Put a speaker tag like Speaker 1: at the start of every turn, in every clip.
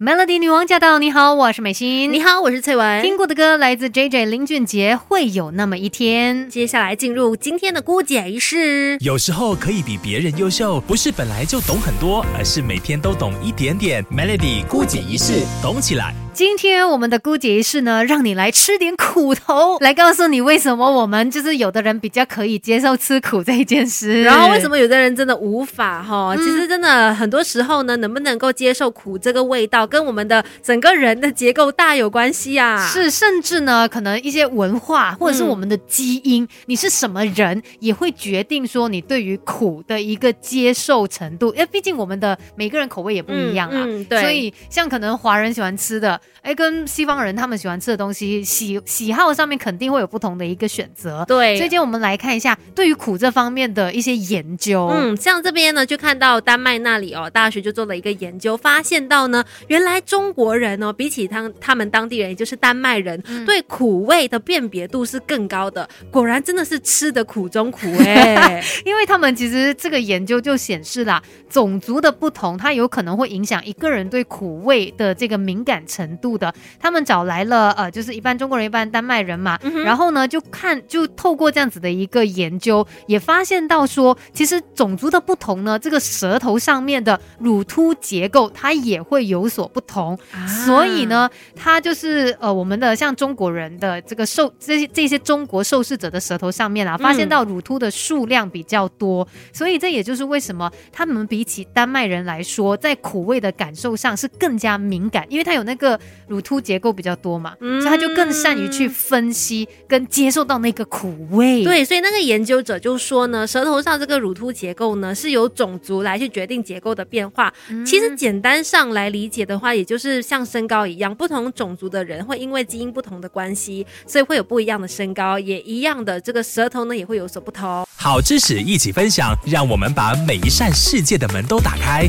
Speaker 1: Melody 女王驾到！你好，我是美心。
Speaker 2: 你好，我是翠文。
Speaker 1: 听过的歌来自 J J 林俊杰，《会有那么一天》。
Speaker 2: 接下来进入今天的姑姐仪
Speaker 1: 嗯
Speaker 2: 式。
Speaker 3: 有时候可以比别人优秀，不是本来就懂很多，而是每天都懂一点点。Melody 姑姐仪式，懂起来。
Speaker 1: 今天我们的姑姐仪式呢，让你来吃点苦头，来告诉你为什么我们就是有的人比较可以接受吃苦这一件事。
Speaker 2: 然后为什
Speaker 1: 么？
Speaker 2: 么有的人真的无法哈？
Speaker 1: 嗯
Speaker 2: 其实真的很多时候呢，能不能够接受苦这个味道，跟我们的整个人的结构大有关系啊。，
Speaker 1: 是，甚至呢，可能一些文化或者是
Speaker 2: 嗯
Speaker 1: 我们的基因，你是什么人，也会决定说你对于苦的一个接受程度。因为毕竟我们的每个人口味也不一样啊。
Speaker 2: 嗯，嗯对。
Speaker 1: 所以像可能华人喜欢吃的，哎，跟西方人他们喜欢吃的东西喜喜好上面肯定会有不同的一个选择。
Speaker 2: 对，
Speaker 1: 所以今天我们来看一下对于苦这方面的一些研究。
Speaker 2: 嗯，像这边呢，就看到丹麦那里哦，大学就做了一个研究，发现到呢，原来中国人哦，比起他他们当地人，也就是丹麦人，
Speaker 1: 嗯
Speaker 2: 对苦味的辨别度是更高的。果然真的是吃的苦中 苦哎、
Speaker 1: 因为他们其实这个研究就显示啦，种族的不同，它有可能会影响一个人对苦味的这个敏感程度的。他们找来了呃，就是一般中国人，一般丹麦人嘛，
Speaker 2: 嗯哼
Speaker 1: 然后呢就看就透过这样子的一个研究，也发现到说，其实种族的不同呢，这个舌头上面的乳突结构它也会有所不同。
Speaker 2: 啊
Speaker 1: 所以呢，它就是呃，我们的像中国人的这个受这些这些中国受试者的舌头上面啊，发
Speaker 2: 嗯
Speaker 1: 现到乳突的数量比较多，所以这也就是为什么他们比起丹麦人来说，在苦味的感受上是更加敏感，因为它有那个乳突结构比较多嘛，
Speaker 2: 嗯
Speaker 1: 所以他就更善于去分析跟接受到那个苦味。。
Speaker 2: 对，所以那个研究者就说呢，舌头上这个乳突结构呢，是由种族来去决定结构的变化。
Speaker 1: 嗯
Speaker 2: 其实简单上来理解的话，也就是像身高一样，不同种族的人会因为基因不同的关系，所以会有不一样的身高，也一样的这个舌头呢也会有所不同。
Speaker 3: 好知识一起分享，让我们把每一扇世界的门都打开。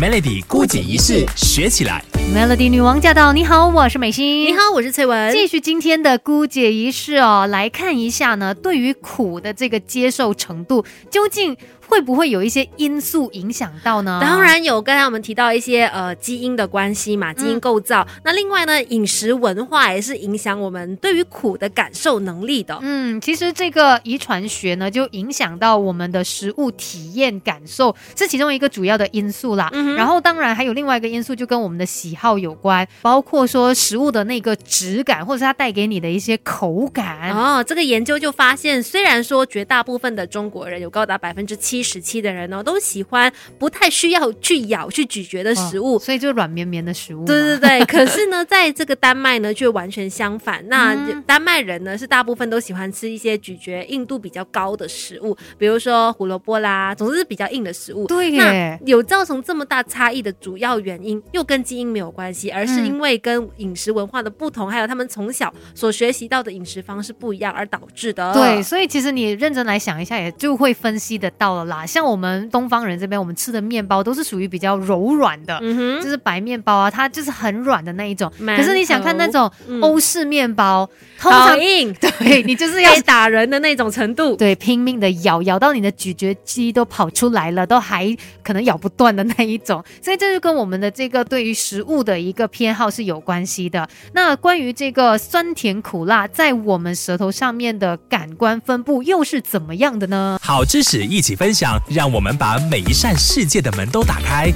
Speaker 3: Melody 姑姐仪式，学起来。
Speaker 1: Melody 女王驾到！你好，我是美心。
Speaker 2: 你好，我是翠文。
Speaker 1: 继续今天的姑姐仪式哦，来看一下呢，对于苦的这个接受程度，究竟会不会有一些因素影响到呢？
Speaker 2: 当，然有，刚才我们提到一些呃基因的关系嘛，基因构造。那另外呢，饮食文化也是影响我们对于苦的感受能力的。
Speaker 1: 嗯，其实这个遗传学呢，就影响到我们的食物体验感受，是其中一个主要的因素啦。
Speaker 2: 嗯哼
Speaker 1: 然后当然还有另外一个因素，就跟我们的喜好有关，包括说食物的那个质感，或者是它带给你的一些口感。
Speaker 2: 哦，这个研究就发现，虽然说绝大部分的中国人有高达百分之七十七的人哦，都喜欢不太需要去咬、去咀嚼的食物。
Speaker 1: 哦所以就软绵绵的食物嘛。
Speaker 2: 对对对，可是呢，在这个丹麦呢，却完全相反。那
Speaker 1: 嗯
Speaker 2: 丹麦人呢，是大部分都喜欢吃一些咀嚼硬度比较高的食物，比如说胡萝卜啦，总之是比较硬的食物。
Speaker 1: 对
Speaker 2: 那
Speaker 1: 耶，
Speaker 2: 有造成这么大差异的主要原因，又跟基因没有关系，而是
Speaker 1: 嗯
Speaker 2: 因为跟饮食文化的不同，还有他们从小所学习到的饮食方式不一样而导致的。
Speaker 1: 对，所以其实你认真来想一下，也就会分析得到了啦。像我们东方人这边，我们吃的面包都是属于比较柔软的，
Speaker 2: 嗯
Speaker 1: 就是白面包啊，它就是很软的那一种。
Speaker 2: 馒
Speaker 1: 可是你想看那种
Speaker 2: 哼，
Speaker 1: 欧式面包，哦通
Speaker 2: 嗯好
Speaker 1: 常
Speaker 2: 硬，
Speaker 1: 对你就是 要
Speaker 2: 可以打人的那种程度。
Speaker 1: 对拼命的咬，咬到你的咀嚼肌都跑出来了，都还可能咬不断的那一种。 所以这就跟我们的这个对于食物的一个偏好是有关系的。那关于这个酸甜苦辣在我们舌头上面的感官分布又是怎么样的呢？
Speaker 3: 好知识一起分享，让我们把每一扇世界的门都打开。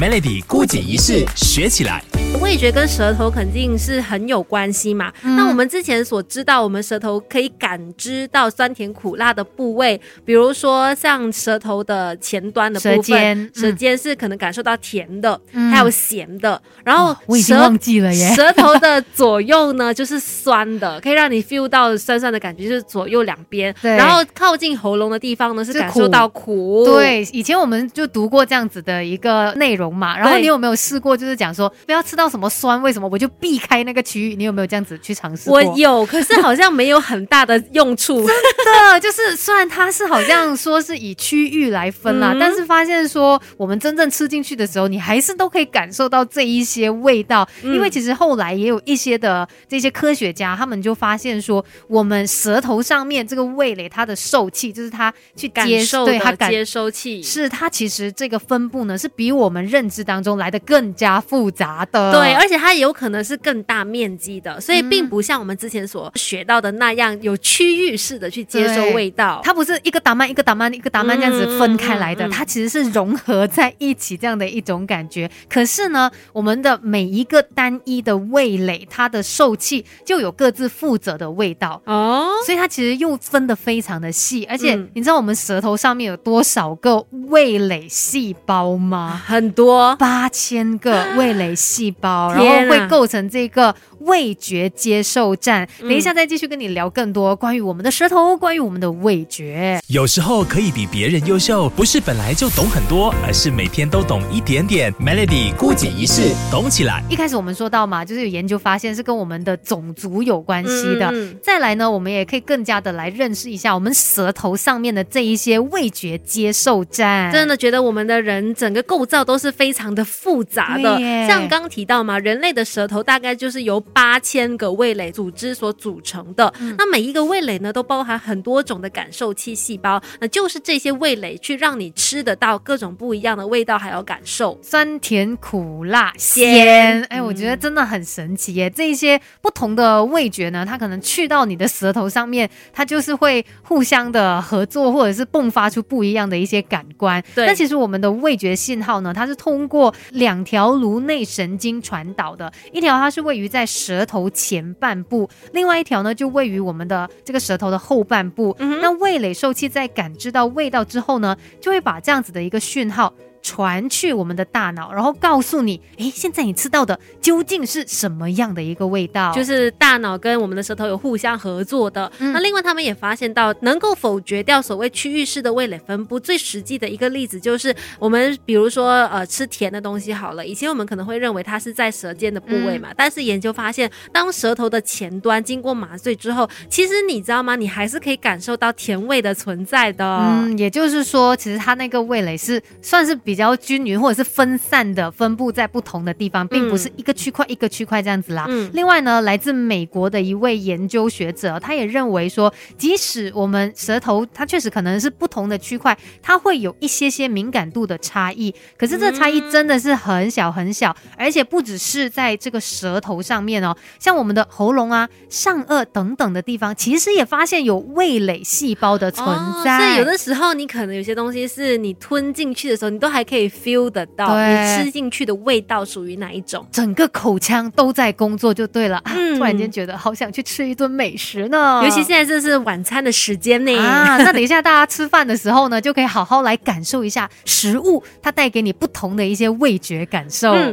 Speaker 3: Melody 姑姐仪式，学起来。
Speaker 2: 味觉跟舌头肯定是很有关系嘛。
Speaker 1: 嗯
Speaker 2: 那我们之前所知道，我们舌头可以感知到酸甜苦辣的部位，比如说像舌头的前端的部分，
Speaker 1: 舌尖
Speaker 2: 舌
Speaker 1: 嗯
Speaker 2: 尖是可能感受到甜的，
Speaker 1: 嗯
Speaker 2: 还有咸的。然后
Speaker 1: 哦我已经
Speaker 2: 舌
Speaker 1: 忘记了耶。
Speaker 2: 舌头的左右呢，就是酸的，可以让你 feel 到酸酸的感觉，就是左右两边。
Speaker 1: 对
Speaker 2: 然后靠近喉咙的地方呢，是
Speaker 1: 是
Speaker 2: 感受到苦。，
Speaker 1: 对，以前我们就读过这样子的一个内容嘛。然后
Speaker 2: 对
Speaker 1: 你有没有试过，就是讲说不要吃到什么么酸，为什么我就避开那个区域。你有没有这样子去尝试过？
Speaker 2: 我有，可是好像没有很大的 用处。
Speaker 1: 的，就是虽然它是好像说是以区域来分啦，
Speaker 2: 嗯
Speaker 1: 但是发现说我们真正吃进去的时候，你还是都可以感受到这一些味道。
Speaker 2: 嗯
Speaker 1: 因为其实后来也有一些的这些科学家，他们就发现说，我们舌头上面这个味蕾它的受气，就是它去
Speaker 2: 感
Speaker 1: 接
Speaker 2: 受
Speaker 1: 对它
Speaker 2: 的
Speaker 1: 感
Speaker 2: 接收器
Speaker 1: 是它其实这个分布呢是比我们认知当中来的更加复杂的。
Speaker 2: 对，而且它也有可能是更大面积的，所以
Speaker 1: 嗯
Speaker 2: 并不像我们之前所学到的那样有区域式的去接收
Speaker 1: 对
Speaker 2: 味道。
Speaker 1: 它不是一个打曼一个打曼一个打曼这样子分开来的，
Speaker 2: 嗯嗯嗯嗯
Speaker 1: 它其实是融合在一起这样的一种感觉。可是呢，我们的每一个单一的味蕾，它的受气就有各自负责的味道。
Speaker 2: 哦，
Speaker 1: 所以它其实又分得非常的细，而且
Speaker 2: 嗯
Speaker 1: 你知道我们舌头上面有多少个味蕾细胞吗？
Speaker 2: 很多
Speaker 1: 八千个味蕾细胞，然后
Speaker 2: 天啊
Speaker 1: 会构成这个味觉接受站。
Speaker 2: 嗯
Speaker 1: 等一下再继续跟你聊更多关于我们的舌头，关于我们的味觉。
Speaker 3: 有时候可以比别人优秀，不是本来就懂很多，而是每天都懂一点点。Melody 姑姐一式，懂起来。
Speaker 1: 一开始我们说到嘛，就是有研究发现是跟我们的种族有关系的。
Speaker 2: 嗯嗯
Speaker 1: 再来呢，我们也可以更加的来认识一下我们舌头上面的这一些味觉接受站。
Speaker 2: 真的觉得我们的人整个构造都是非常的复杂的
Speaker 1: 对耶，
Speaker 2: 像刚提到嘛，人类的舌头大概就是由八千个味蕾组织所组成的。
Speaker 1: 嗯
Speaker 2: 那每一个味蕾呢，都包含很多种的感受器细胞，那就是这些味蕾去让你吃得到各种不一样的味道还有感受。
Speaker 1: 酸甜苦辣
Speaker 2: 鲜
Speaker 1: 鲜，哎，
Speaker 2: 嗯
Speaker 1: 我觉得真的很神奇耶！这一些不同的味觉呢，它可能去到你的舌头上面，它就是会互相的合作，或者是迸发出不一样的一些感官。
Speaker 2: 对
Speaker 1: 那其实我们的味觉信号呢，它是通过两条颅内神经传导的，一条它是位于在舌头前半部，另外一条呢就位于我们的这个舌头的后半部。
Speaker 2: 嗯哼
Speaker 1: 那味蕾受器在感知到味道之后呢，就会把这样子的一个讯号。传去我们的大脑，然后告诉你，诶，现在你吃到的究竟是什么样的一个味道？
Speaker 2: 就是大脑跟我们的舌头有互相合作的。
Speaker 1: 嗯
Speaker 2: 那另外，他们也发现到，能够否决掉所谓区域式的味蕾分布，最实际的一个例子就是，我们比如说呃吃甜的东西好了，以前我们可能会认为它是在舌尖的部位
Speaker 1: 嗯
Speaker 2: 嘛，但是研究发现，当舌头的前端经过麻醉之后，其实你知道吗？你还是可以感受到甜味的存在的。
Speaker 1: 嗯，也就是说，其实它那个味蕾是算是比较均匀或者是分散的，分布在不同的地方，并不是一个区块一个区块这样子啦。
Speaker 2: 嗯
Speaker 1: 另外呢，来自美国的一位研究学者，他也认为说，即使我们舌头它确实可能是不同的区块，它会有一些些敏感度的差异，可是这差异真的是很小很小，而且不只是在这个舌头上面哦，
Speaker 2: 嗯
Speaker 1: 像我们的喉咙啊、上颚等等的地方，其实也发现有味蕾细胞的存在。
Speaker 2: 哦所以有的时候你可能有些东西是你吞进去的时候，你都还可以 feel 得到，
Speaker 1: 对
Speaker 2: 你吃进去的味道属于哪一种。
Speaker 1: 整个口腔都在工作就对了。啊
Speaker 2: 嗯
Speaker 1: 突然间觉得好想去吃一顿美食呢，
Speaker 2: 尤其现在这是晚餐的时间呢。
Speaker 1: 哦啊，那等一下大家吃饭的时候呢，就可以好好来感受一下食物它带给你不同的一些味觉感受。
Speaker 2: 嗯